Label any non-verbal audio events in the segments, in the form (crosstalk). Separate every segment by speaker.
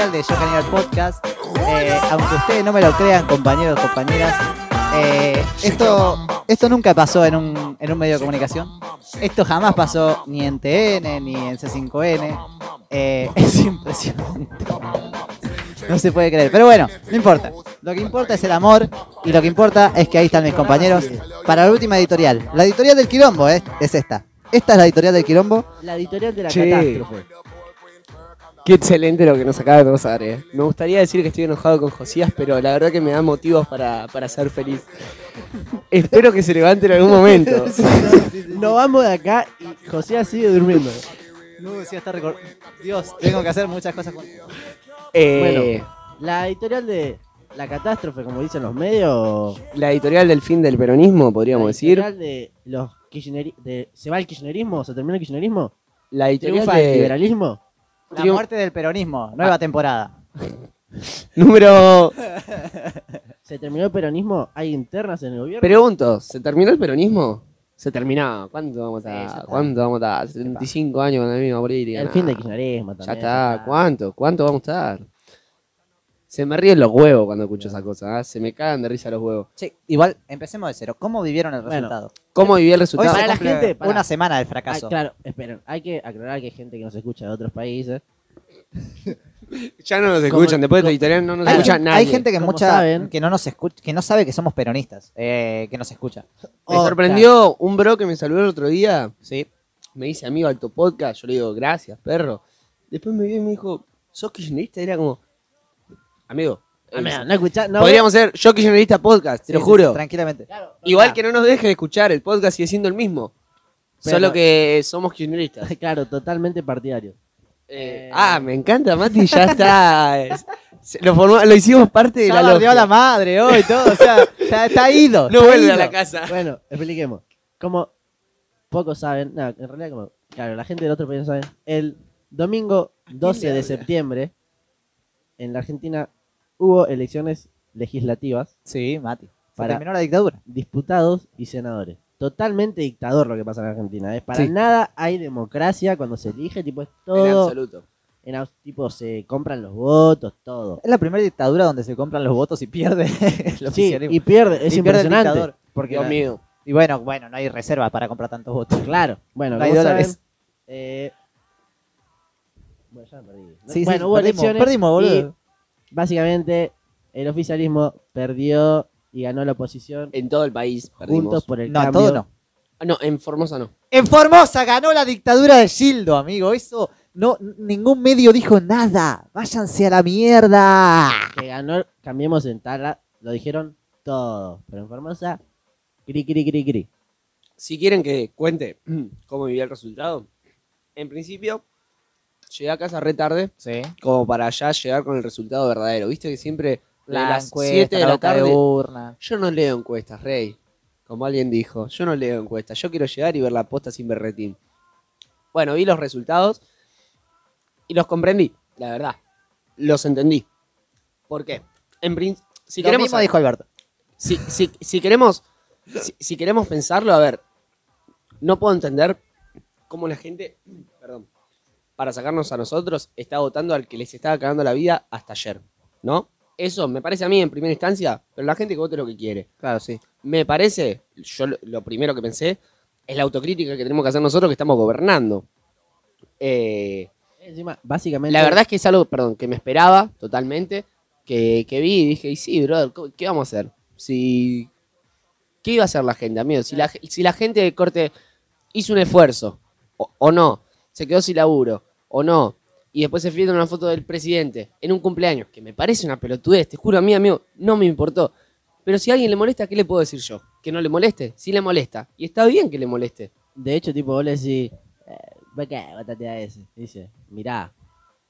Speaker 1: al podcast. Eh, aunque ustedes no me lo crean, compañeros, compañeras, eh, esto, esto nunca pasó en un, en un medio de comunicación. Esto jamás pasó ni en TN ni en C5N. Eh, (laughs) es impresionante. No se puede creer. Pero bueno, no importa. Lo que importa es el amor y lo que importa es que ahí están mis compañeros para la última editorial. La editorial del Quilombo eh, es esta. Esta es la editorial del Quilombo.
Speaker 2: La editorial de la
Speaker 3: Che.
Speaker 2: catástrofe.
Speaker 3: Qué excelente lo que nos acaba de pasar, eh. Me gustaría decir que estoy enojado con Josías, pero la verdad que me da motivos para, para ser feliz.
Speaker 2: (laughs)
Speaker 3: Espero que se levante en algún (laughs) momento.
Speaker 2: Nos vamos de acá y José sigue durmiendo.
Speaker 1: No, sí, está recor- Dios, tengo que hacer muchas cosas. Con...
Speaker 3: Eh,
Speaker 2: La editorial de la catástrofe, como dicen los medios.
Speaker 3: La editorial del fin del peronismo, podríamos
Speaker 2: la
Speaker 3: decir.
Speaker 2: editorial de los kirchneri- de- ¿Se va el kirchnerismo? ¿Se termina el kirchnerismo?
Speaker 3: La editorial
Speaker 2: ¿Triunfa el
Speaker 3: de...
Speaker 2: liberalismo?
Speaker 1: La
Speaker 3: Triun-
Speaker 1: muerte del peronismo, nueva temporada.
Speaker 3: Número...
Speaker 2: ¿Se terminó el peronismo? ¿Hay internas en el gobierno?
Speaker 3: Pregunto, ¿se terminó el peronismo? Se terminó. ¿Cuánto vamos
Speaker 1: Sí, ya
Speaker 3: a...?
Speaker 1: está.
Speaker 3: ¿Cuánto vamos a estar? 75 años con la misma política.
Speaker 2: el
Speaker 3: nah.
Speaker 2: fin del kirchnerismo
Speaker 3: Ya
Speaker 2: también.
Speaker 3: está. ¿Cuánto? ¿Cuánto vamos a estar? Se me ríen los huevos cuando escucho esa cosa. ¿ah? Se me cagan de risa los huevos.
Speaker 1: Che, igual, empecemos de cero. ¿Cómo vivieron el
Speaker 2: Bueno,
Speaker 1: resultado?
Speaker 3: ¿Cómo viví el
Speaker 1: Hoy
Speaker 3: resultado?
Speaker 1: se
Speaker 2: para la
Speaker 1: cumple
Speaker 2: gente, para.
Speaker 1: una semana del
Speaker 2: Ah,
Speaker 1: fracaso.
Speaker 2: claro, esperen. Hay que aclarar que hay gente que nos escucha de otros países.
Speaker 3: Ya no nos
Speaker 2: Como-
Speaker 3: escuchan. Después de
Speaker 2: como-
Speaker 3: la editorial no nos
Speaker 1: hay,
Speaker 3: escucha nadie.
Speaker 1: hay gente que
Speaker 2: Como
Speaker 1: mucha
Speaker 2: saben-
Speaker 1: que no nos escucha, que no sabe que somos peronistas, eh, que nos escucha.
Speaker 3: Me
Speaker 2: Otra.
Speaker 3: sorprendió un bro que me saludó el otro día.
Speaker 1: Oh, Sí.
Speaker 3: Me dice amigo alto podcast. Yo le digo gracias, perro. Después me vio y me dijo, ¿sos kirchnerista? Era como, amigo.
Speaker 2: Ah, mira, no escuchá- no-
Speaker 3: Podríamos ser yo kirchnerista podcast, te lo
Speaker 1: Sí, sí,
Speaker 3: juro.
Speaker 1: sí, tranquilamente.
Speaker 2: Claro,
Speaker 3: Igual
Speaker 2: total.
Speaker 3: que no nos dejen escuchar, el podcast sigue siendo el mismo.
Speaker 2: Pero-
Speaker 3: solo que somos kirchneristas.
Speaker 1: (laughs)
Speaker 2: (laughs) Claro, totalmente partidario.
Speaker 3: Eh, ah, me encanta, Mati, ya está. (laughs) Es- se- lo, formó- lo hicimos parte de
Speaker 1: Ya
Speaker 3: la
Speaker 1: bardeó a
Speaker 3: logia.
Speaker 1: la madre hoy todo, o sea, está, está ido.
Speaker 3: No
Speaker 1: está
Speaker 3: vuelve
Speaker 1: ido.
Speaker 3: a la casa.
Speaker 2: Bueno, expliquemos. Como pocos saben, no, en realidad como, claro, la gente del otro país no sabe, el domingo 12 de
Speaker 3: habla?
Speaker 2: septiembre en la Argentina hubo elecciones legislativas,
Speaker 1: Sí, Mati. Se
Speaker 2: Para-
Speaker 1: terminó la dictadura.
Speaker 2: diputados y senadores. Totalmente dictador lo que pasa en Argentina. Es Para
Speaker 3: Sí.
Speaker 2: nada hay democracia cuando se elige, tipo es
Speaker 3: En
Speaker 2: todo,
Speaker 3: absoluto.
Speaker 2: en abs- tipo se compran los votos, todo.
Speaker 1: Es la primera dictadura donde se compran los votos y pierde (laughs) el
Speaker 2: Sí,
Speaker 1: oficialismo.
Speaker 2: y pierde,
Speaker 1: Y pierde
Speaker 2: es
Speaker 1: el
Speaker 2: impresionante.
Speaker 1: dictador,
Speaker 2: porque
Speaker 3: Dios
Speaker 2: la-
Speaker 3: mío.
Speaker 1: Y bueno, bueno, no hay reserva para comprar tantos votos.
Speaker 2: Claro, bueno,
Speaker 1: No hay
Speaker 2: como
Speaker 1: dólares.
Speaker 2: saben, eh, bueno, ya me perdí.
Speaker 1: Sí, sí,
Speaker 2: bueno, hubo
Speaker 1: perdimos,
Speaker 2: elecciones
Speaker 1: perdimos, boludo.
Speaker 2: y básicamente el oficialismo perdió y ganó la oposición
Speaker 3: En todo el país
Speaker 2: juntos
Speaker 3: perdimos.
Speaker 2: por el
Speaker 1: Eh, No, en
Speaker 2: cambio.
Speaker 1: todo no.
Speaker 3: Ah, no, en Formosa no.
Speaker 1: En Formosa ganó la dictadura de Gildo, amigo. Eso no ningún medio dijo nada. Váyanse a la mierda.
Speaker 2: Que ganó, cambiemos en Tala, lo dijeron todo. Pero en Formosa, cri, cri, cri, cri.
Speaker 3: Si quieren que cuente (clears throat) cómo viví el resultado, en principio llegué a casa re tarde,
Speaker 1: Sí.
Speaker 3: como para ya llegar con el resultado verdadero. Viste que siempre de
Speaker 1: La
Speaker 3: las
Speaker 1: encuesta,
Speaker 3: 7 de la,
Speaker 1: boca de
Speaker 3: tarde.
Speaker 1: urna.
Speaker 3: Yo no leo encuestas, Rey. Como alguien dijo, yo no leo encuestas. Yo quiero llegar y ver la posta sin berretín. Bueno, vi los resultados y los comprendí, la verdad. Los entendí. ¿Por qué? En prin- si
Speaker 1: Lo
Speaker 3: queremos
Speaker 1: mismo dijo Alberto.
Speaker 3: si, si- si queremos si, si queremos pensarlo, a ver, no puedo entender cómo la gente, perdón, para sacarnos a nosotros está votando al que les estaba cagando la vida hasta ayer, ¿no? Eso me parece a mí en primera instancia, pero la gente que vote lo que quiere.
Speaker 1: Claro, sí.
Speaker 3: Me parece, yo lo, lo primero que pensé es la autocrítica que tenemos que hacer nosotros que estamos gobernando. Eh,
Speaker 2: Encima, básicamente.
Speaker 3: la verdad es que es algo, perdón, que me esperaba totalmente, que, que vi y dije, y sí, brother, ¿cómo- ¿qué vamos a hacer? Si, ¿Qué iba a hacer la gente, amigo? Si la, ge- si la gente de corte hizo un esfuerzo, o, o no, se quedó sin laburo, o no, y después se filtra una foto del presidente en un cumpleaños, que me parece una pelotudez, te juro a mí, amigo, no me importó. Pero si a alguien le molesta, ¿qué le puedo decir yo? Que no le moleste, sí le molesta, y está bien que le moleste.
Speaker 2: De hecho, tipo, vos le decís, eh, ¿por qué votaste a ese? Dice, mirá,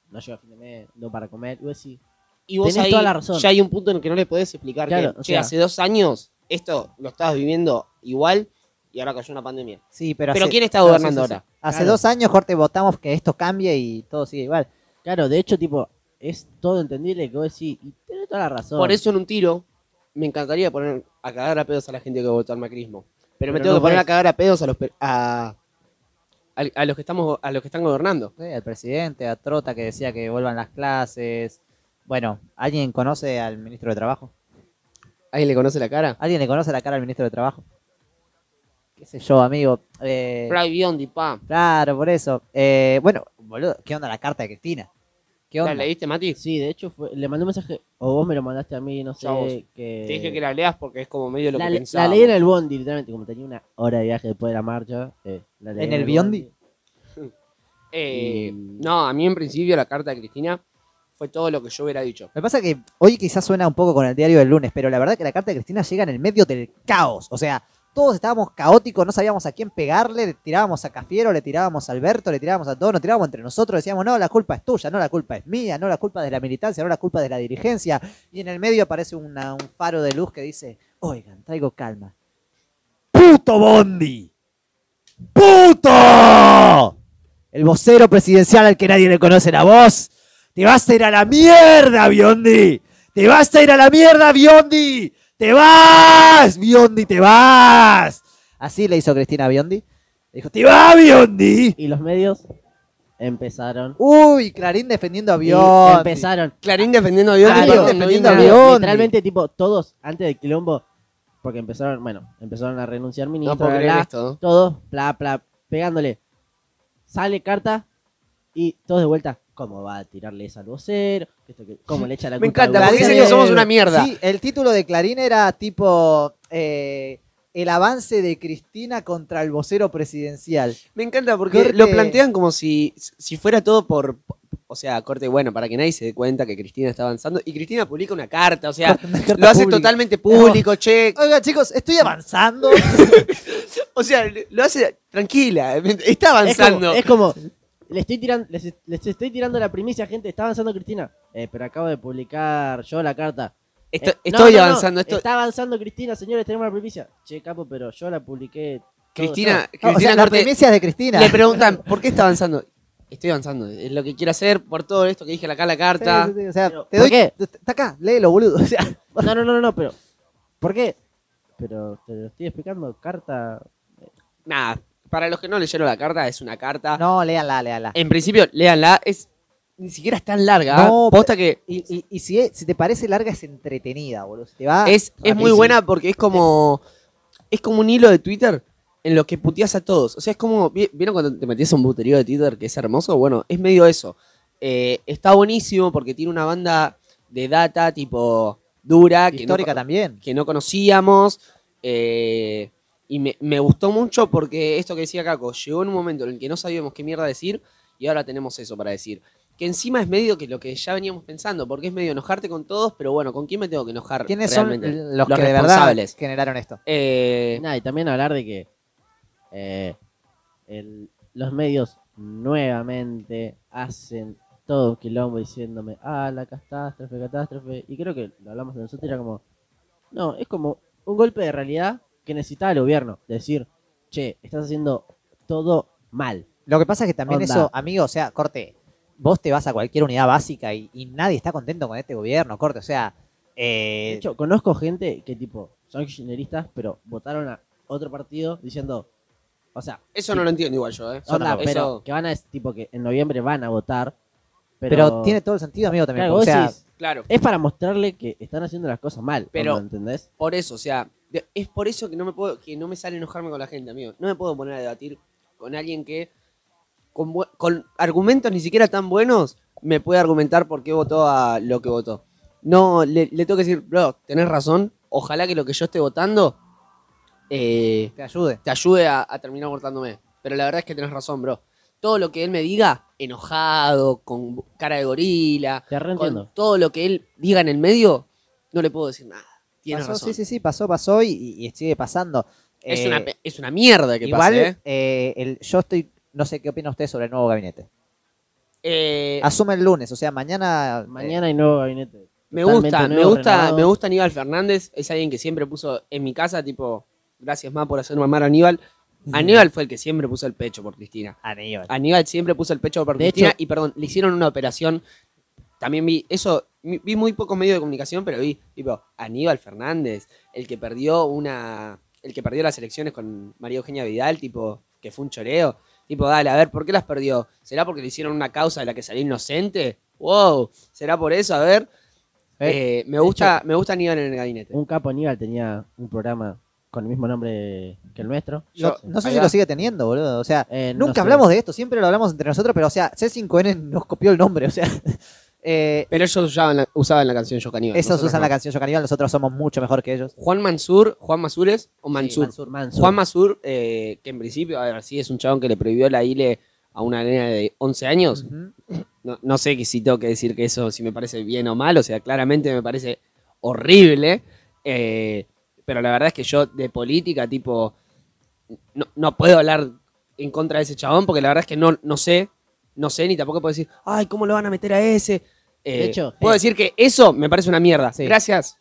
Speaker 2: no llevo a fin de mes, no para comer. Y vos decís,
Speaker 3: Y vos
Speaker 2: Tenés
Speaker 3: ahí,
Speaker 2: toda la razón.
Speaker 3: ya hay un punto en el que no le podés explicar
Speaker 2: Claro,
Speaker 3: que,
Speaker 2: o
Speaker 3: che,
Speaker 2: sea-
Speaker 3: hace dos años esto lo estabas viviendo igual y ahora cayó una pandemia.
Speaker 1: Sí, pero,
Speaker 3: Pero
Speaker 1: hace-
Speaker 3: ¿quién está
Speaker 1: Claro,
Speaker 3: gobernando
Speaker 1: sí, sí, sí.
Speaker 3: ahora?
Speaker 1: Hace
Speaker 2: Claro.
Speaker 1: dos años, Jorge, votamos que esto cambie y todo sigue igual.
Speaker 2: Claro, de hecho, tipo, es todo entendible que vos decís, y tenés toda la razón.
Speaker 3: Por eso en un tiro me encantaría poner a cagar a pedos a la gente que votó al macrismo. Pero, me
Speaker 2: Pero
Speaker 3: tengo
Speaker 2: no
Speaker 3: que poner
Speaker 2: podés.
Speaker 3: a cagar a pedos a los pe- a, a- a los que estamos a los que están gobernando.
Speaker 1: Sí, al presidente, a Trota que decía que vuelvan las clases, Bueno, ¿alguien conoce al ministro de Trabajo?
Speaker 3: ¿Alguien le conoce la cara?
Speaker 1: ¿Alguien le conoce la cara al ministro de Trabajo? ¿Qué sé yo, amigo? Eh,
Speaker 3: Fray Biondi, pa.
Speaker 1: claro, por eso. Eh, bueno, boludo, ¿qué onda la carta de Cristina? ¿Qué
Speaker 3: ¿La
Speaker 1: onda?
Speaker 3: leíste, Mati?
Speaker 2: Sí, de hecho, fue- le mandé un mensaje, o vos me lo mandaste a mí, no sé,
Speaker 3: Ya vos.
Speaker 2: que...
Speaker 3: Te dije que la leas porque es como medio lo
Speaker 2: Eh. la,
Speaker 3: que
Speaker 2: le-
Speaker 3: pensaba.
Speaker 2: la leí en el bondi, literalmente, como tenía una hora de viaje después de la marcha. eh, la leí
Speaker 1: ¿En el biondi?
Speaker 3: Eh,
Speaker 2: Mm.
Speaker 3: No, a mí en principio la carta de Cristina fue todo lo que yo hubiera dicho.
Speaker 1: Me pasa que hoy quizás suena un poco con el diario del lunes, pero la verdad que la carta de Cristina llega en el medio del caos. O sea, todos estábamos caóticos, no sabíamos a quién pegarle, le tirábamos a Cafiero, le tirábamos a Alberto, le tirábamos a todos, nos tirábamos entre nosotros, decíamos, no, la culpa es tuya, no, la culpa es mía, no, la culpa es de la militancia, no, la culpa es de la dirigencia. Y en el medio aparece una- un faro de luz que dice, oigan, traigo calma. ¡Puto Bondi! ¡Puto! El vocero presidencial al que nadie le conoce la voz. ¡Te vas a ir a la mierda, Biondi! ¡Te vas a ir a la mierda, Biondi! ¡Te vas, Biondi, te vas! Así le hizo Cristina a Biondi. Le dijo, ¡te vas, Biondi!
Speaker 2: Y los medios empezaron...
Speaker 1: Uy, Clarín defendiendo a
Speaker 2: y
Speaker 1: Biondi.
Speaker 2: empezaron
Speaker 3: Clarín defendiendo a
Speaker 1: Ah,
Speaker 3: Biondi.
Speaker 1: Clarín
Speaker 3: no, no
Speaker 1: defendiendo a
Speaker 3: vi nada.
Speaker 1: Biondi.
Speaker 2: Literalmente, tipo, todos antes del quilombo, porque empezaron, bueno, empezaron a renunciar
Speaker 3: No
Speaker 2: ministros,
Speaker 3: puedo
Speaker 2: bla,
Speaker 3: creer
Speaker 2: bla,
Speaker 3: esto. ¿no?
Speaker 2: todos, bla, bla, pegándole. Sale carta y todos de vuelta. ¿Cómo va a tirarle esa al vocero? Esto que- ¿Cómo le echa la
Speaker 3: Me
Speaker 2: culpa al
Speaker 3: encanta, porque
Speaker 2: vocero?
Speaker 3: dicen que somos una mierda.
Speaker 1: Sí, el título de Clarín era tipo... eh, el avance de Cristina contra el vocero presidencial.
Speaker 3: Me encanta porque
Speaker 1: Corte.
Speaker 3: lo plantean como si, si fuera todo por. O sea, corte bueno, para que nadie se dé cuenta que Cristina está avanzando. Y Cristina publica una carta, o sea, lo hace totalmente público, che.
Speaker 1: Oiga, chicos, estoy avanzando.
Speaker 3: O sea, lo hace tranquila, está
Speaker 2: Es como,
Speaker 3: avanzando.
Speaker 2: es como, le estoy tirando, les, les estoy tirando la primicia, gente. Está avanzando Cristina. Eh, pero acabo de publicar yo la carta.
Speaker 3: Esto-
Speaker 2: Eh, no,
Speaker 3: estoy
Speaker 2: no, no,
Speaker 3: avanzando. esto-
Speaker 2: Está avanzando Cristina, señores, tenemos la primicia. Che, capo, pero yo la publiqué. todo
Speaker 3: Cristina,
Speaker 1: No,
Speaker 3: (laughs) Cristina
Speaker 1: o sea, la
Speaker 3: Corte,
Speaker 1: primicia es de Cristina.
Speaker 3: le preguntan, ¿por qué está avanzando? Estoy avanzando, es lo que quiero hacer por todo esto que dije acá en la carta.
Speaker 1: Sí, sí, sí, o sea,
Speaker 2: Pero,
Speaker 1: te doy.
Speaker 2: ¿por qué?
Speaker 1: Está acá, léelo, boludo. O sea,
Speaker 2: yo. No, no, no, no, no, pero. ¿Por qué? Pero te lo estoy explicando, carta.
Speaker 3: Nada, para los que no leyeron la carta, es una carta.
Speaker 1: no, léanla, léanla.
Speaker 3: En principio, léanla, es ni siquiera es tan larga.
Speaker 1: No,
Speaker 3: posta que
Speaker 1: Y, y- y si, es- si te parece larga, es entretenida, boludo. Si te va.
Speaker 3: es, es muy
Speaker 1: rapidísimo.
Speaker 3: buena porque es como es como un hilo de Twitter en lo que puteas a todos. O sea, es como vi- vieron cuando te metías a un puterío de Twitter que es hermoso, bueno, es medio eso. Eh, está buenísimo porque tiene una banda de data tipo dura que no-
Speaker 1: Histórica también.
Speaker 3: que no conocíamos. eh, y me, me gustó mucho porque esto que decía Caco, llegó en un momento en el que no sabíamos qué mierda decir y ahora tenemos eso para decir. Que encima es medio que lo que ya veníamos pensando, porque es medio enojarte con todos, pero bueno, ¿con quién me tengo que enojar?
Speaker 1: ¿Quiénes
Speaker 3: realmente?
Speaker 1: son los,
Speaker 3: Los
Speaker 1: que de verdad
Speaker 3: responsables.
Speaker 1: generaron esto?
Speaker 3: Eh,
Speaker 2: Nada, y también hablar de que eh, el- los medios nuevamente hacen todo un quilombo diciéndome, ah, la catástrofe, catástrofe. Y creo que lo hablamos de nosotros, era como, no, es como un golpe de realidad que necesitaba el gobierno. Decir, che, estás haciendo todo mal.
Speaker 1: Lo que pasa es que también
Speaker 2: Onda.
Speaker 1: eso, amigo, o sea, corte, vos te vas a cualquier unidad básica y, y nadie está contento con este gobierno, corte. O sea, eh,
Speaker 2: De hecho, conozco gente que, tipo, son kirchneristas, pero votaron a otro partido diciendo, o sea,
Speaker 3: eso no lo entiendo igual yo, ¿eh?
Speaker 1: Yo
Speaker 2: onda,
Speaker 1: tampoco.
Speaker 2: pero
Speaker 3: Eso-
Speaker 2: que van a, tipo, que en noviembre van a votar. Pero,
Speaker 1: pero, tiene todo el sentido, amigo, también.
Speaker 2: Claro,
Speaker 1: porque,
Speaker 2: vos
Speaker 1: o sea,
Speaker 2: decís,
Speaker 3: Claro,
Speaker 2: es para mostrarle que están haciendo las cosas mal.
Speaker 3: Pero-
Speaker 2: ¿no? ¿entendés?
Speaker 3: por eso, o sea, de- es por eso que no me puedo, que no me sale enojarme con la gente, amigo. No me puedo poner a debatir con alguien que con, bu- con argumentos ni siquiera tan buenos me puede argumentar por qué votó a lo que votó. No, le, le tengo que decir, bro, tenés razón, ojalá que lo que yo esté votando eh,
Speaker 1: te ayude.
Speaker 3: te ayude a, a terminar votándome. Pero la verdad es que tenés razón, bro. Todo lo que él me diga, enojado, con bu- cara de gorila,
Speaker 2: Te reentiendo.
Speaker 3: con todo lo que él diga en el medio, no le puedo decir nada. Tienes
Speaker 1: Pasó,
Speaker 3: razón.
Speaker 1: Sí, sí, sí, pasó, pasó y, y sigue pasando.
Speaker 3: Es,
Speaker 1: Eh,
Speaker 3: una, pe- es una mierda que
Speaker 1: Igual,
Speaker 3: pase, ¿eh?
Speaker 1: eh, el, yo estoy, no sé qué opina usted sobre el nuevo gabinete.
Speaker 3: Eh,
Speaker 1: Asume el lunes, o sea, mañana. eh,
Speaker 2: Mañana hay nuevo gabinete.
Speaker 3: me
Speaker 2: totalmente
Speaker 3: gusta, me
Speaker 2: nuevo,
Speaker 3: gusta,
Speaker 2: renovado.
Speaker 3: me gusta Aníbal Fernández. Es alguien que siempre puso en mi casa, tipo, gracias más por hacer mamar a Aníbal. Aníbal fue el que siempre puso el pecho por Cristina.
Speaker 1: Aníbal.
Speaker 3: Aníbal siempre puso el pecho por
Speaker 2: De
Speaker 3: Cristina
Speaker 2: hecho-
Speaker 3: y perdón, le hicieron una operación. También vi eso, mi- vi muy pocos medios de comunicación, pero vi tipo Aníbal Fernández, el que perdió una el que perdió las elecciones con María Eugenia Vidal, tipo que fue un choreo, tipo, dale, a ver, ¿por qué las perdió? ¿Será porque le hicieron una causa de la que salió inocente? Wow, ¿será por eso? A ver.
Speaker 2: Eh,
Speaker 3: Eh, me, gusta, me gusta Aníbal en el gabinete.
Speaker 2: Un capo Aníbal tenía un programa con el mismo nombre que el nuestro.
Speaker 1: Lo-
Speaker 2: Sí.
Speaker 1: no sé
Speaker 3: ahí
Speaker 1: si
Speaker 3: va.
Speaker 1: lo sigue teniendo, boludo. O sea,
Speaker 2: Eh, no
Speaker 1: nunca
Speaker 2: sé.
Speaker 1: hablamos de esto, siempre lo hablamos entre nosotros, pero o sea, C5N nos copió el nombre, o sea. (laughs) eh,
Speaker 3: Pero ellos usaban la, usaban la canción Yo Caníbal.
Speaker 1: esos
Speaker 3: nosotros
Speaker 1: usan
Speaker 3: no.
Speaker 1: la canción Yo Caníbal, nosotros somos mucho mejor que ellos.
Speaker 3: Juan Mansur, Juan Masures o Mansur.
Speaker 2: Mansur, Mansur.
Speaker 3: Juan Mansur, eh, que en principio, a ver, sí es un chabón que le prohibió la ILE a una nena de 11 años.
Speaker 1: Ujú.
Speaker 3: No, no sé que si tengo que decir que eso, si me parece bien o mal, o sea, claramente me parece horrible. eh, pero la verdad es que yo de política, tipo, no, no puedo hablar en contra de ese chabón porque la verdad es que no, no sé, no sé, ni tampoco puedo decir, ay, ¿cómo lo van a meter a ese? Eh,
Speaker 2: De hecho,
Speaker 3: puedo
Speaker 2: eh.
Speaker 3: decir que eso me parece una mierda.
Speaker 1: Sí.
Speaker 3: Gracias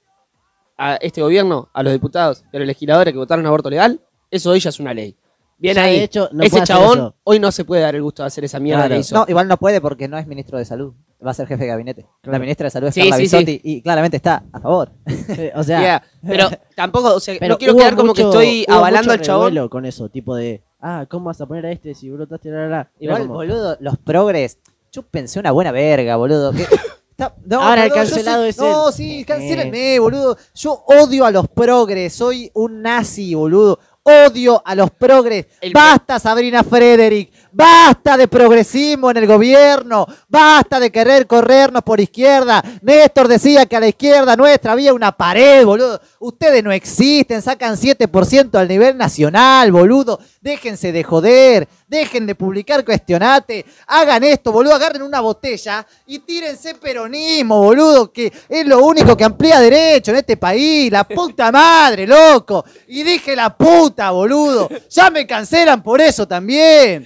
Speaker 3: a este gobierno, a los diputados y a los legisladores que votaron aborto legal, eso hoy ya es una ley. Bien
Speaker 2: Ya,
Speaker 3: ahí.
Speaker 2: de hecho, no
Speaker 3: ese
Speaker 2: puede hacer
Speaker 3: chabón
Speaker 2: eso.
Speaker 3: hoy no se puede dar el gusto de hacer esa mierda
Speaker 2: Claro.
Speaker 3: que hizo.
Speaker 1: No, igual no puede porque no es ministro de salud. Va a ser jefe de gabinete. La ministra de salud es
Speaker 3: Sí,
Speaker 1: Carla
Speaker 3: sí, sí.
Speaker 1: Bisotti y claramente está a favor.
Speaker 2: (laughs) Sí, o sea,
Speaker 3: Yeah,
Speaker 2: (laughs)
Speaker 3: Pero tampoco, o sea,
Speaker 2: pero
Speaker 3: no quiero
Speaker 2: hubo
Speaker 3: quedar como que
Speaker 2: mucho-
Speaker 3: estoy
Speaker 2: hubo
Speaker 3: avalando
Speaker 2: mucho
Speaker 3: al chabón.
Speaker 2: revuelo con eso, tipo de, ah, ¿cómo vas a poner a este si brotaste la la, la? Era
Speaker 1: Igual,
Speaker 2: como,
Speaker 1: boludo, los progres. Yo pensé una buena verga, boludo. que- (laughs) Está- no,
Speaker 2: Ahora el
Speaker 1: boludo, yo
Speaker 2: cancelado
Speaker 1: soy-
Speaker 2: es
Speaker 1: No,
Speaker 2: él.
Speaker 1: sí, cancelenme, boludo. Yo odio a los progres. Soy un nazi, boludo. Odio a los progres.
Speaker 3: El-
Speaker 1: Basta, Sabrina Frederick. Basta de progresismo en el gobierno. Basta de querer corrernos por izquierda. Néstor decía que a la izquierda nuestra había una pared, boludo. Ustedes no existen. Sacan 7% al nivel nacional, boludo. Déjense de joder. Dejen de publicar cuestionate. Hagan esto, boludo. Agarren una botella y tírense peronismo, boludo. Que es lo único que amplía derecho en este país. La puta madre, loco. Y dije la puta, boludo. Ya me cancelan por eso también.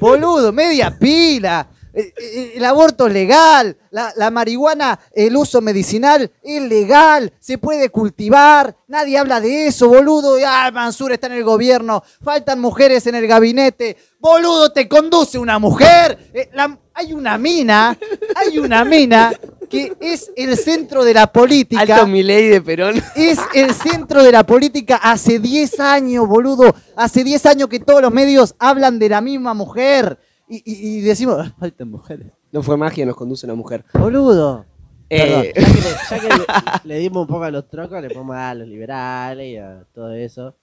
Speaker 1: Boludo, media pila. Eh, eh, El aborto es legal, la, la marihuana, el uso medicinal es legal, se puede cultivar, nadie habla de eso, boludo. Y, Ah, Mansur está en el gobierno, faltan mujeres en el gabinete, boludo, te conduce una mujer. Eh, la- hay una mina, hay una mina que es el centro de la política
Speaker 3: Alto Milei de Perón.
Speaker 1: es el centro de la política hace 10 años, boludo. Hace 10 años que todos los medios hablan de la misma mujer. Y, y- y decimos, "Ah, (laughs) faltan mujeres.
Speaker 3: No fue magia, nos conduce una mujer.
Speaker 1: Boludo.
Speaker 2: perdón,
Speaker 3: Eh,
Speaker 2: ya que, le, ya que (laughs) le- le dimos un poco a los trocos, le podemos dar a los liberales y a todo eso,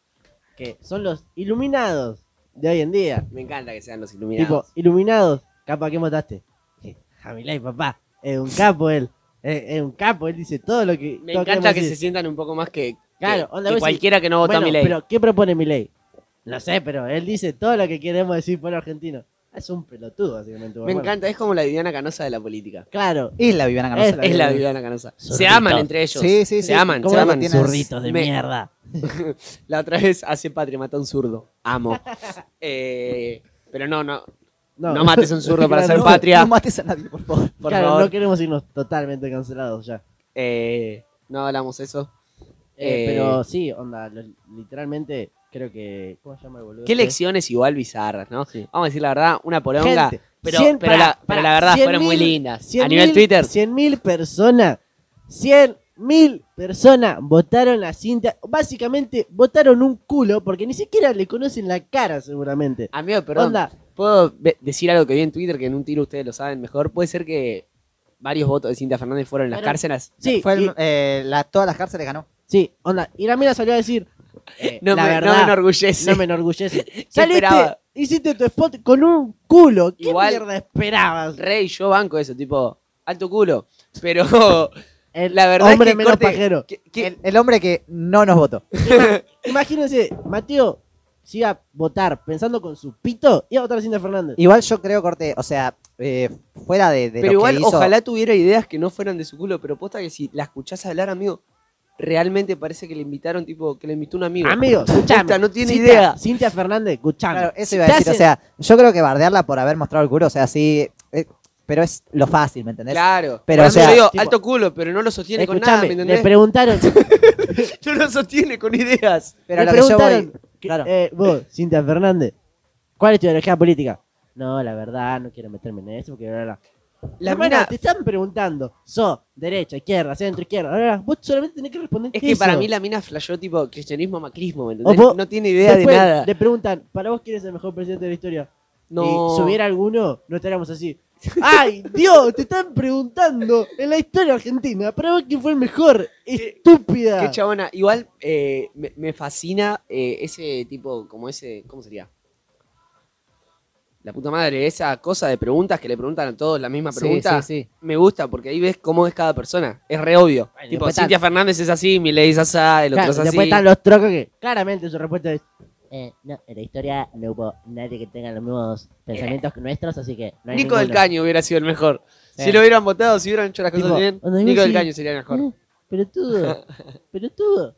Speaker 2: que son los iluminados de hoy en día.
Speaker 3: me encanta que sean los
Speaker 2: Tipo,
Speaker 3: iluminados.
Speaker 2: iluminados, capa, ¿qué votaste? Eh, Jamilay, papá, es un capo él. Es, es un capo, él dice todo lo que.
Speaker 3: me
Speaker 2: todo
Speaker 3: encanta
Speaker 2: queremos
Speaker 3: que se
Speaker 2: decir.
Speaker 3: sientan un poco más que,
Speaker 2: Claro, onda,
Speaker 3: que- que
Speaker 2: vos decís,
Speaker 3: cualquiera que no vota
Speaker 2: Bueno,
Speaker 3: a Milei.
Speaker 2: Pero, ¿qué propone Milei? No sé, pero él dice todo lo que queremos decir por argentino. Es un pelotudo, básicamente.
Speaker 3: me
Speaker 2: Bueno,
Speaker 3: encanta, es como la Viviana Canosa de la política.
Speaker 2: Claro,
Speaker 1: Es la Viviana
Speaker 2: Es
Speaker 1: Canosa.
Speaker 2: la
Speaker 3: Es la
Speaker 2: Viviana.
Speaker 3: Viviana Canosa. Se
Speaker 2: Zorritos.
Speaker 3: aman entre ellos.
Speaker 1: Sí, sí,
Speaker 3: se
Speaker 1: sí.
Speaker 3: aman,
Speaker 1: ¿Cómo
Speaker 3: se
Speaker 1: la
Speaker 3: aman.
Speaker 1: tienen?
Speaker 2: zurritos de
Speaker 3: Me-
Speaker 2: mierda.
Speaker 3: La otra vez hace patria, mató a un zurdo.
Speaker 2: (laughs)
Speaker 3: Amo. Eh, pero no, no. No, mates a
Speaker 2: (laughs)
Speaker 3: un zurdo para ser
Speaker 1: No,
Speaker 3: (laughs) patria.
Speaker 1: No mates a nadie, por favor.
Speaker 3: Por
Speaker 2: claro,
Speaker 3: favor.
Speaker 2: no queremos irnos totalmente cancelados ya.
Speaker 3: Eh, no hablamos eso.
Speaker 2: Eh,
Speaker 3: Eh,
Speaker 2: pero sí, onda, lo- literalmente creo que. ¿Cómo se llama el boludo?
Speaker 3: Qué
Speaker 2: este?
Speaker 3: lecciones igual bizarras, ¿no?
Speaker 2: Sí.
Speaker 3: Vamos a decir la verdad, una poronga.
Speaker 2: Gente,
Speaker 3: pero,
Speaker 2: 100
Speaker 3: pero
Speaker 2: para-
Speaker 3: la, pero
Speaker 2: para,
Speaker 3: la verdad
Speaker 2: 100.000,
Speaker 3: fueron muy lindas.
Speaker 2: 100.000
Speaker 3: A nivel Twitter,
Speaker 2: 100.000 personas. 100.000 personas votaron la cinta. Básicamente votaron un culo porque ni siquiera le conocen la cara, seguramente.
Speaker 3: amigo, Ah, perdón.
Speaker 2: Onda,
Speaker 3: ¿Puedo ve- decir algo que vi en Twitter que en un tiro ustedes lo saben mejor? Puede ser que varios votos de Cintia Fernández fueron en las
Speaker 2: Fueron-
Speaker 3: cárceles.
Speaker 2: sí,
Speaker 1: Fue el-
Speaker 2: y-
Speaker 1: eh, la- todas las cárceles ganó.
Speaker 2: sí, onda. Y la mina salió a decir. eh,
Speaker 3: (laughs) No,
Speaker 2: la
Speaker 3: me,
Speaker 2: verdad,
Speaker 3: no me enorgullece.
Speaker 2: no me enorgullece. Saliste,
Speaker 3: esperaba?
Speaker 2: hiciste tu spot con un culo. ¿Qué
Speaker 3: Igual-
Speaker 2: mierda esperabas?
Speaker 3: (laughs) Rey, yo banco eso, tipo, alto culo. Pero (laughs)
Speaker 2: El
Speaker 3: la verdad
Speaker 2: hombre
Speaker 3: es que
Speaker 2: menos
Speaker 3: corte-
Speaker 2: pajero.
Speaker 3: que- que-
Speaker 1: El, el hombre que no nos votó.
Speaker 2: Imagínense, Mateo, si iba a votar pensando con su pito, iba a votar a Cintia Fernández.
Speaker 1: Igual yo creo, Corte, o sea, eh, fuera de, de
Speaker 3: pero
Speaker 1: lo
Speaker 3: igual,
Speaker 1: que hizo...
Speaker 3: ojalá tuviera ideas que no fueran de su culo, pero posta que si la escuchás hablar, amigo, realmente parece que le invitaron, tipo, que le invitó un amigo.
Speaker 2: Amigo, escuchame.
Speaker 3: Puta, no tiene
Speaker 2: Cintia-
Speaker 3: idea.
Speaker 2: Cintia Fernández, escuchame.
Speaker 1: Claro,
Speaker 2: Si
Speaker 1: eso iba a
Speaker 2: te
Speaker 1: decir, o
Speaker 2: hacen-
Speaker 1: sea, yo creo que bardearla por haber mostrado el culo, o sea, sí... eh, pero es lo fácil, ¿me entendés?
Speaker 3: Claro.
Speaker 1: Pero,
Speaker 3: Por
Speaker 1: o
Speaker 3: eso
Speaker 1: sea,
Speaker 3: yo digo,
Speaker 2: tipo-
Speaker 3: alto culo, pero no lo sostiene con nada, ¿me
Speaker 2: escuchame,
Speaker 3: entendés?
Speaker 2: le
Speaker 3: (laughs)
Speaker 2: preguntaron,
Speaker 3: No lo sostiene con ideas.
Speaker 1: Pero
Speaker 2: le
Speaker 1: lo que yo voy...
Speaker 2: preguntaron, que-
Speaker 1: claro.
Speaker 2: eh, vos, Cintia Fernández, ¿cuál es tu ideología política? No, la verdad, no quiero meterme en eso porque bla, bla, bla.
Speaker 3: La
Speaker 2: Hermana,
Speaker 3: mina,
Speaker 2: te están preguntando, sos derecha, izquierda, centro, izquierda, bla, bla, bla. vos solamente tenés que responder
Speaker 3: es que
Speaker 2: eso.
Speaker 3: para mí la mina flashó tipo cristianismo macrismo, ¿me entendés?
Speaker 2: O vos-
Speaker 3: no tiene idea
Speaker 2: Después
Speaker 3: de nada.
Speaker 2: Le preguntan, ¿para vos quién es el mejor presidente de la historia?
Speaker 3: No.
Speaker 2: Y si hubiera alguno, no estaríamos así.
Speaker 4: Ay, Dios, te están preguntando en la historia argentina para ver quién fue el mejor. Estúpida.
Speaker 3: Qué chabona. Igual eh, me, me fascina eh, ese tipo, como ese. ¿Cómo sería? La puta madre, esa cosa de preguntas que le preguntan a todos la misma pregunta.
Speaker 2: Sí, sí, sí.
Speaker 3: Me gusta porque ahí ves cómo es cada persona. Es re obvio.
Speaker 2: Bueno,
Speaker 3: tipo,
Speaker 2: después están-
Speaker 3: Cintia Fernández es así, Milei es así, el otro
Speaker 2: Claro,
Speaker 3: es así.
Speaker 2: después están los trocos que claramente su respuesta es. Eh, no, en la historia no hubo nadie que tenga los mismos pensamientos que nuestros, así que no hay
Speaker 3: Nico del
Speaker 2: ninguno".
Speaker 3: Caño hubiera sido el mejor.
Speaker 2: Sí.
Speaker 3: Si lo hubieran votado, si hubieran hecho las cosas
Speaker 2: Eh. Tipo,
Speaker 3: bien,
Speaker 2: cuando digo
Speaker 3: Nico del
Speaker 2: sí.
Speaker 3: Caño sería el mejor.
Speaker 2: Eh, Pero todo, pero
Speaker 1: (laughs)
Speaker 2: todo.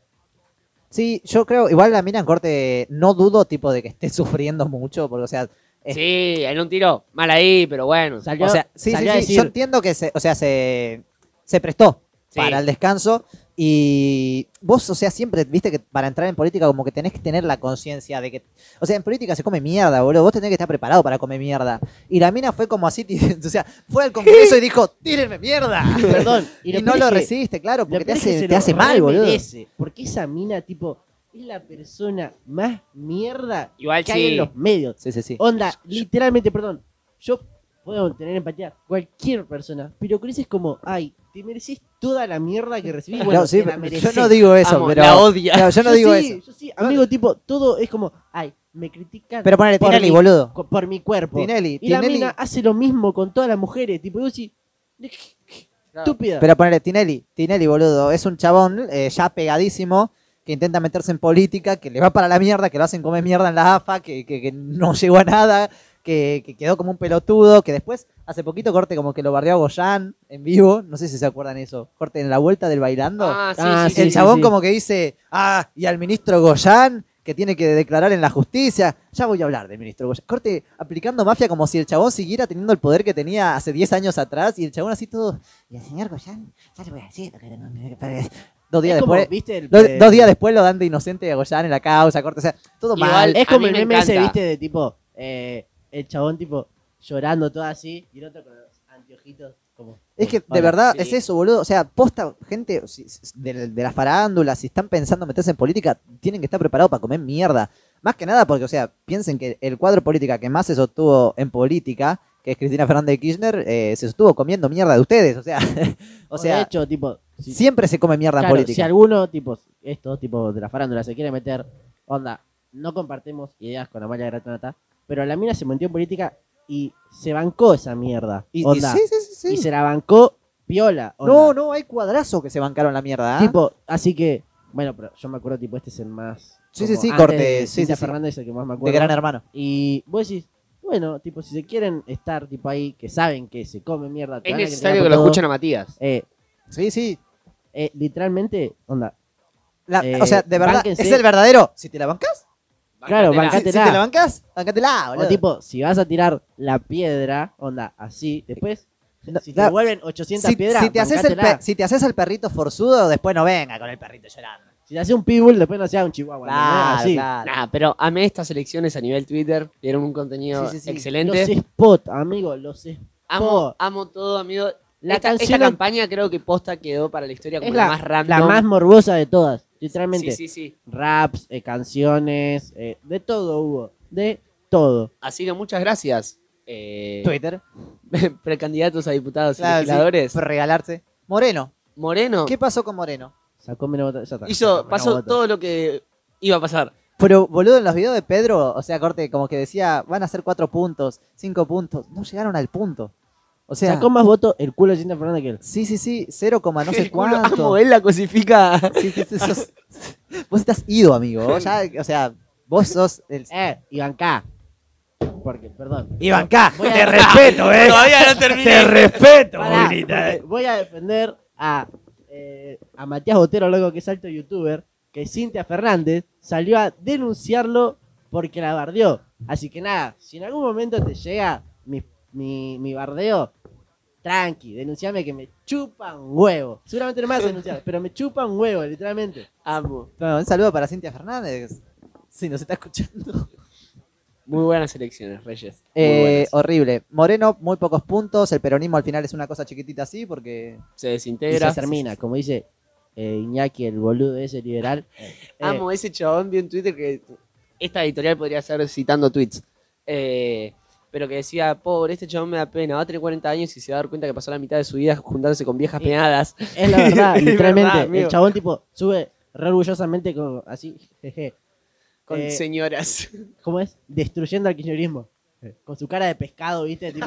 Speaker 1: Sí, yo creo, igual la mina en corte, no dudo tipo de que esté (laughs) sufriendo mucho, porque o sea, Eh.
Speaker 3: Sí, en un tiro. Mal ahí, pero bueno.
Speaker 2: Salió,
Speaker 1: o sea, sí, sí,
Speaker 2: salió a
Speaker 1: sí,
Speaker 2: decir,
Speaker 1: yo entiendo que se, o sea, se, se prestó
Speaker 3: Sí.
Speaker 1: para el descanso y vos, o sea, siempre viste que para entrar en política como que tenés que tener la conciencia de que, o sea, en política se come mierda, boludo, vos tenés que estar preparado para comer mierda. Y la mina fue como así, (laughs) ti- o sea, fue al Congreso y dijo, tírenme
Speaker 2: (laughs)
Speaker 1: mierda.
Speaker 2: perdón.
Speaker 1: Y,
Speaker 2: peor
Speaker 1: no
Speaker 2: es
Speaker 1: lo
Speaker 2: que-
Speaker 1: resiste, claro,
Speaker 2: lo peor
Speaker 1: porque te
Speaker 2: es que
Speaker 1: hace,
Speaker 2: se
Speaker 1: te
Speaker 2: lo
Speaker 1: hace mal, boludo.
Speaker 2: remerece, Porque esa mina, tipo, es la persona más mierda
Speaker 3: Igual
Speaker 2: que hay
Speaker 3: sí.
Speaker 2: en los medios.
Speaker 1: Sí, sí, sí.
Speaker 2: Onda, literalmente, perdón. Yo puedo tener empatía cualquier persona, pero creces como, ay, te mereces toda la mierda que recibí. Bueno,
Speaker 1: No, sí,
Speaker 2: te la
Speaker 1: pero yo
Speaker 2: mereces.
Speaker 1: no digo eso,
Speaker 3: Amo,
Speaker 1: pero
Speaker 3: la odia.
Speaker 1: claro, yo (laughs) no digo
Speaker 2: sí,
Speaker 1: eso.
Speaker 2: Yo sí, amigo, tipo, todo es como, ay, me critican
Speaker 1: Pero ponele
Speaker 2: Por
Speaker 1: Tinelli,
Speaker 2: mí.
Speaker 1: boludo.
Speaker 2: co- por mi cuerpo.
Speaker 1: Tinelli,
Speaker 2: y la
Speaker 1: Tinelli-
Speaker 2: mina hace lo mismo con todas las mujeres, tipo, yo sí, estúpida.
Speaker 1: Pero ponele, Tinelli, Tinelli, boludo, es un chabón eh, ya pegadísimo que intenta meterse en política, que le va para la mierda, que lo hacen comer mierda en la AFA, que, que- que no (laughs) llegó a nada, que, que quedó como un pelotudo, que después, hace poquito corte como que lo bardeó a Goyán en vivo, no sé si se acuerdan eso, corte en la vuelta del bailando.
Speaker 3: Ah, sí,
Speaker 2: Ah,
Speaker 3: sí, sí.
Speaker 1: el
Speaker 2: (laughs) sí,
Speaker 1: chabón
Speaker 2: sí.
Speaker 1: como que dice, ah, y al ministro Goyán, que tiene que declarar en la justicia. Ya voy a hablar del ministro Goyán. Corte, aplicando mafia como si el chabón siguiera teniendo el poder que tenía hace 10 años atrás y el chabón así todo, y al señor Goyán, ya le voy a decir lo que tengo que hacer". Dos días
Speaker 2: Es como,
Speaker 1: después...
Speaker 2: ¿viste el-
Speaker 1: Dos,
Speaker 2: eh,
Speaker 1: dos días después lo dan de inocente a Goyán en la causa, corte, o sea, todo
Speaker 3: Igual-
Speaker 1: mal.
Speaker 2: Es
Speaker 3: A
Speaker 2: como
Speaker 3: mí
Speaker 2: el
Speaker 3: me
Speaker 2: meme ese,
Speaker 3: encanta.
Speaker 2: viste, de tipo, eh, el chabón, tipo, llorando todo así, y el otro con los anteojitos, como.
Speaker 1: Es que de
Speaker 2: Hola.
Speaker 1: verdad
Speaker 3: sí.
Speaker 1: es eso, boludo. O sea, posta, gente si- si- de, de las farándulas, si están pensando meterse en política, tienen que estar preparados para comer mierda. Más que nada porque, o sea, piensen que el cuadro política que más se sostuvo en política, que es Cristina Fernández de Kirchner, eh, se sostuvo comiendo mierda de ustedes. O sea, (laughs) o
Speaker 2: O de
Speaker 1: sea
Speaker 2: hecho, tipo, si,
Speaker 1: siempre se come mierda en
Speaker 2: claro,
Speaker 1: política.
Speaker 2: si alguno, tipo, estos tipos de la farándula se quiere meter, onda, no compartimos ideas con Amalia Gratonata, pero la mina se metió en política y se bancó esa mierda.
Speaker 1: Y- y
Speaker 2: onda,
Speaker 1: sí, sí, sí, sí.
Speaker 2: y se la bancó piola. onda.
Speaker 1: No, no, hay cuadrazos que se bancaron la mierda. ¿ah?
Speaker 2: Tipo, así que, bueno, pero yo me acuerdo, tipo, este es el más.
Speaker 1: Sí,
Speaker 2: como
Speaker 1: sí, sí,
Speaker 2: antes
Speaker 1: corte,
Speaker 2: de
Speaker 1: sí,
Speaker 2: Cintia
Speaker 1: sí, sí.
Speaker 2: Fernández, es el que más me
Speaker 1: de
Speaker 2: acuerdo.
Speaker 1: gran hermano.
Speaker 2: Y vos decís, bueno, tipo, si se quieren estar, tipo, ahí, que saben que se come mierda. te
Speaker 3: Es
Speaker 2: van a
Speaker 3: necesario
Speaker 2: criticar
Speaker 3: que lo
Speaker 2: por todo,
Speaker 3: escuchen a Matías.
Speaker 2: Eh,
Speaker 1: Sí, sí.
Speaker 2: eh, literalmente, onda.
Speaker 1: La-
Speaker 2: Eh,
Speaker 1: o sea, de verdad,
Speaker 2: bánquense.
Speaker 1: es el verdadero. Si te la bancás,
Speaker 2: Claro,
Speaker 3: Bancatela.
Speaker 1: si, si
Speaker 2: Bancátela.
Speaker 1: te la bancás, bancátela,
Speaker 2: O
Speaker 1: boludo.
Speaker 2: tipo, si vas a tirar la piedra, onda, así, después,
Speaker 1: No,
Speaker 2: si te
Speaker 1: claro.
Speaker 2: devuelven 800
Speaker 1: si,
Speaker 2: piedras,
Speaker 1: si te haces el
Speaker 2: bancátela.
Speaker 1: pe- si te haces el perrito forzudo, después no venga con el perrito llorando.
Speaker 2: Si te haces un pitbull, después no sea un chihuahua. ¿entendés?
Speaker 1: Claro,
Speaker 2: así.
Speaker 1: claro.
Speaker 3: Nah, pero amé estas elecciones a nivel Twitter. Dieron un contenido
Speaker 1: Sí, sí, sí.
Speaker 3: excelente.
Speaker 2: Los spot, amigo, los spot.
Speaker 3: Amo, amo todo, amigo.
Speaker 2: La
Speaker 3: esta, esta
Speaker 2: canción-
Speaker 3: campaña creo que posta quedó para la historia como
Speaker 2: Es
Speaker 3: la,
Speaker 2: la,
Speaker 3: más random.
Speaker 2: la más morbosa de todas, literalmente.
Speaker 3: Sí, sí, sí.
Speaker 2: Raps, eh, canciones, eh, de todo hubo, de todo.
Speaker 3: Así que muchas gracias. eh,
Speaker 1: Twitter.
Speaker 3: (laughs) precandidatos a diputados
Speaker 1: Claro,
Speaker 3: y legisladores.
Speaker 1: sí, por regalarse. Moreno.
Speaker 3: Moreno
Speaker 1: ¿Qué pasó con Moreno?
Speaker 2: Sacó menos votos. ya está, sacó
Speaker 3: hizo,
Speaker 2: menos
Speaker 3: pasó
Speaker 2: votos.
Speaker 3: todo lo que iba a pasar.
Speaker 1: Pero, boludo, en los videos de Pedro, o sea, corte, como que decía, van a ser cuatro puntos, cinco puntos. No llegaron al punto. O sea,
Speaker 2: Sacó más votos el culo de Cinta Fernández que él.
Speaker 1: sí, sí, sí, cero coma
Speaker 3: (laughs)
Speaker 1: no sé
Speaker 3: El culo,
Speaker 1: cuánto.
Speaker 3: amo, él la cosifica.
Speaker 1: Sí, sí, sí, sos- (laughs) vos estás ido, amigo. Vos ya, o sea, vos sos el.
Speaker 2: Eh, Iván K. Porque, perdón.
Speaker 1: Iván K,
Speaker 2: Voy a-
Speaker 1: te respeto, eh.
Speaker 3: Todavía no terminé.
Speaker 1: respeto, eh.
Speaker 2: Pará,
Speaker 1: Molinita,
Speaker 2: porque voy a defender a, eh, a Matías Botero, luego que es alto youtuber, que Cintia Fernández salió a denunciarlo porque la bardeó. Así que nada, si en algún momento te llega mi, mi, mi bardeo, tranqui, denunciame que me chupa un huevo. Seguramente no me vas a denunciar, pero me chupa un huevo, literalmente.
Speaker 3: Amo.
Speaker 1: Bueno, un saludo para Cintia Fernández. Si nos está escuchando.
Speaker 3: Muy buenas elecciones, Reyes. Muy
Speaker 1: Eh,
Speaker 3: buenas.
Speaker 1: horrible. Moreno, muy pocos puntos. El peronismo al final es una cosa chiquitita así porque.
Speaker 3: Se
Speaker 2: Y
Speaker 3: desintegra.
Speaker 2: se termina, como dice eh, Iñaki, el boludo ese liberal. Eh,
Speaker 3: Amo ese chabón vi en Twitter que esta editorial podría ser citando tweets. Eh, pero que decía, pobre, este chabón me da pena, va a tener 40 años y se va a dar cuenta que pasó la mitad de su vida juntándose con viejas penadas.
Speaker 2: Es la verdad,
Speaker 3: (laughs) Es
Speaker 2: literalmente.
Speaker 3: verdad, amigo.
Speaker 2: el chabón, tipo, sube re orgullosamente, como así, jeje.
Speaker 3: Con
Speaker 2: Eh,
Speaker 3: señoras.
Speaker 2: ¿Cómo es? Destruyendo al kirchnerismo. Con su cara de pescado, ¿viste?
Speaker 3: (laughs)
Speaker 2: Tipo,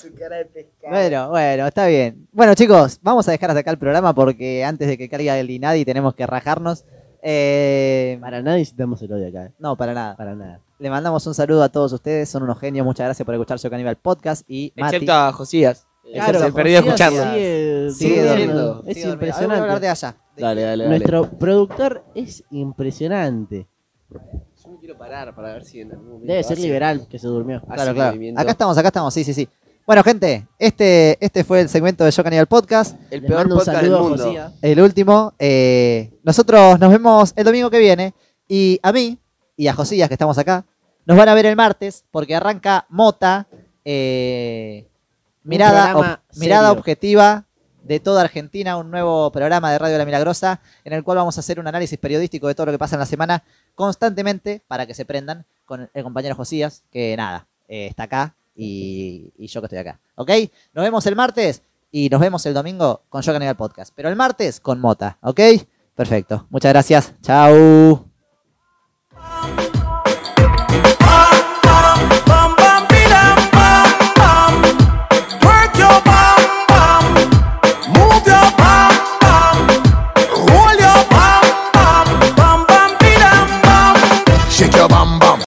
Speaker 3: su cara de pescado.
Speaker 1: Bueno, bueno, está bien. Bueno, chicos, vamos a dejar hasta acá el programa porque antes de que caiga el Inadi tenemos que rajarnos. Eh,
Speaker 2: para nada incitamos el odio acá, ¿eh?
Speaker 1: no, para nada.
Speaker 2: para nada.
Speaker 1: Le mandamos un saludo a todos ustedes, son unos genios. Muchas gracias por escuchar Soy Caníbal Podcast y Mati.
Speaker 3: Excepto a Josías.
Speaker 1: Claro,
Speaker 3: se perdió
Speaker 1: Josías,
Speaker 3: escucharlo.
Speaker 1: sí.
Speaker 2: Sigue,
Speaker 1: Sigue
Speaker 2: durmiendo.
Speaker 3: durmiendo,
Speaker 2: Es
Speaker 1: Sigue dormido. Ahora voy a hablar
Speaker 2: impresionante.
Speaker 1: de allá.
Speaker 3: Dale, dale, dale.
Speaker 2: Nuestro productor es impresionante.
Speaker 3: Yo me quiero parar para ver si en algún momento
Speaker 2: Debe ser
Speaker 3: hace-
Speaker 2: liberal que se durmió.
Speaker 3: hace
Speaker 1: Claro, claro.
Speaker 3: movimiento.
Speaker 1: Acá estamos, acá estamos, sí, sí, sí. Bueno, gente, este, este fue el segmento de Yo Caníbal Podcast,
Speaker 3: El
Speaker 2: Le
Speaker 3: peor
Speaker 2: mando un
Speaker 3: podcast del
Speaker 2: saludo a
Speaker 3: mundo.
Speaker 2: Josía.
Speaker 1: el último. Eh, nosotros nos vemos el domingo que viene y a mí y a Josías, que estamos acá, nos van a ver el martes porque arranca Mota, eh,
Speaker 2: Un
Speaker 1: mirada,
Speaker 2: programa
Speaker 1: ob- mirada
Speaker 2: serio.
Speaker 1: objetiva de toda Argentina, un nuevo programa de Radio La Milagrosa en el cual vamos a hacer un análisis periodístico de todo lo que pasa en la semana constantemente para que se prendan con el compañero Josías, que nada, eh, está acá y, y yo que estoy acá. ¿Ok? Nos vemos el martes y nos vemos el domingo con Yo Canal Podcast, pero el martes con Mota. ¿Ok? Perfecto. Muchas gracias. Chau.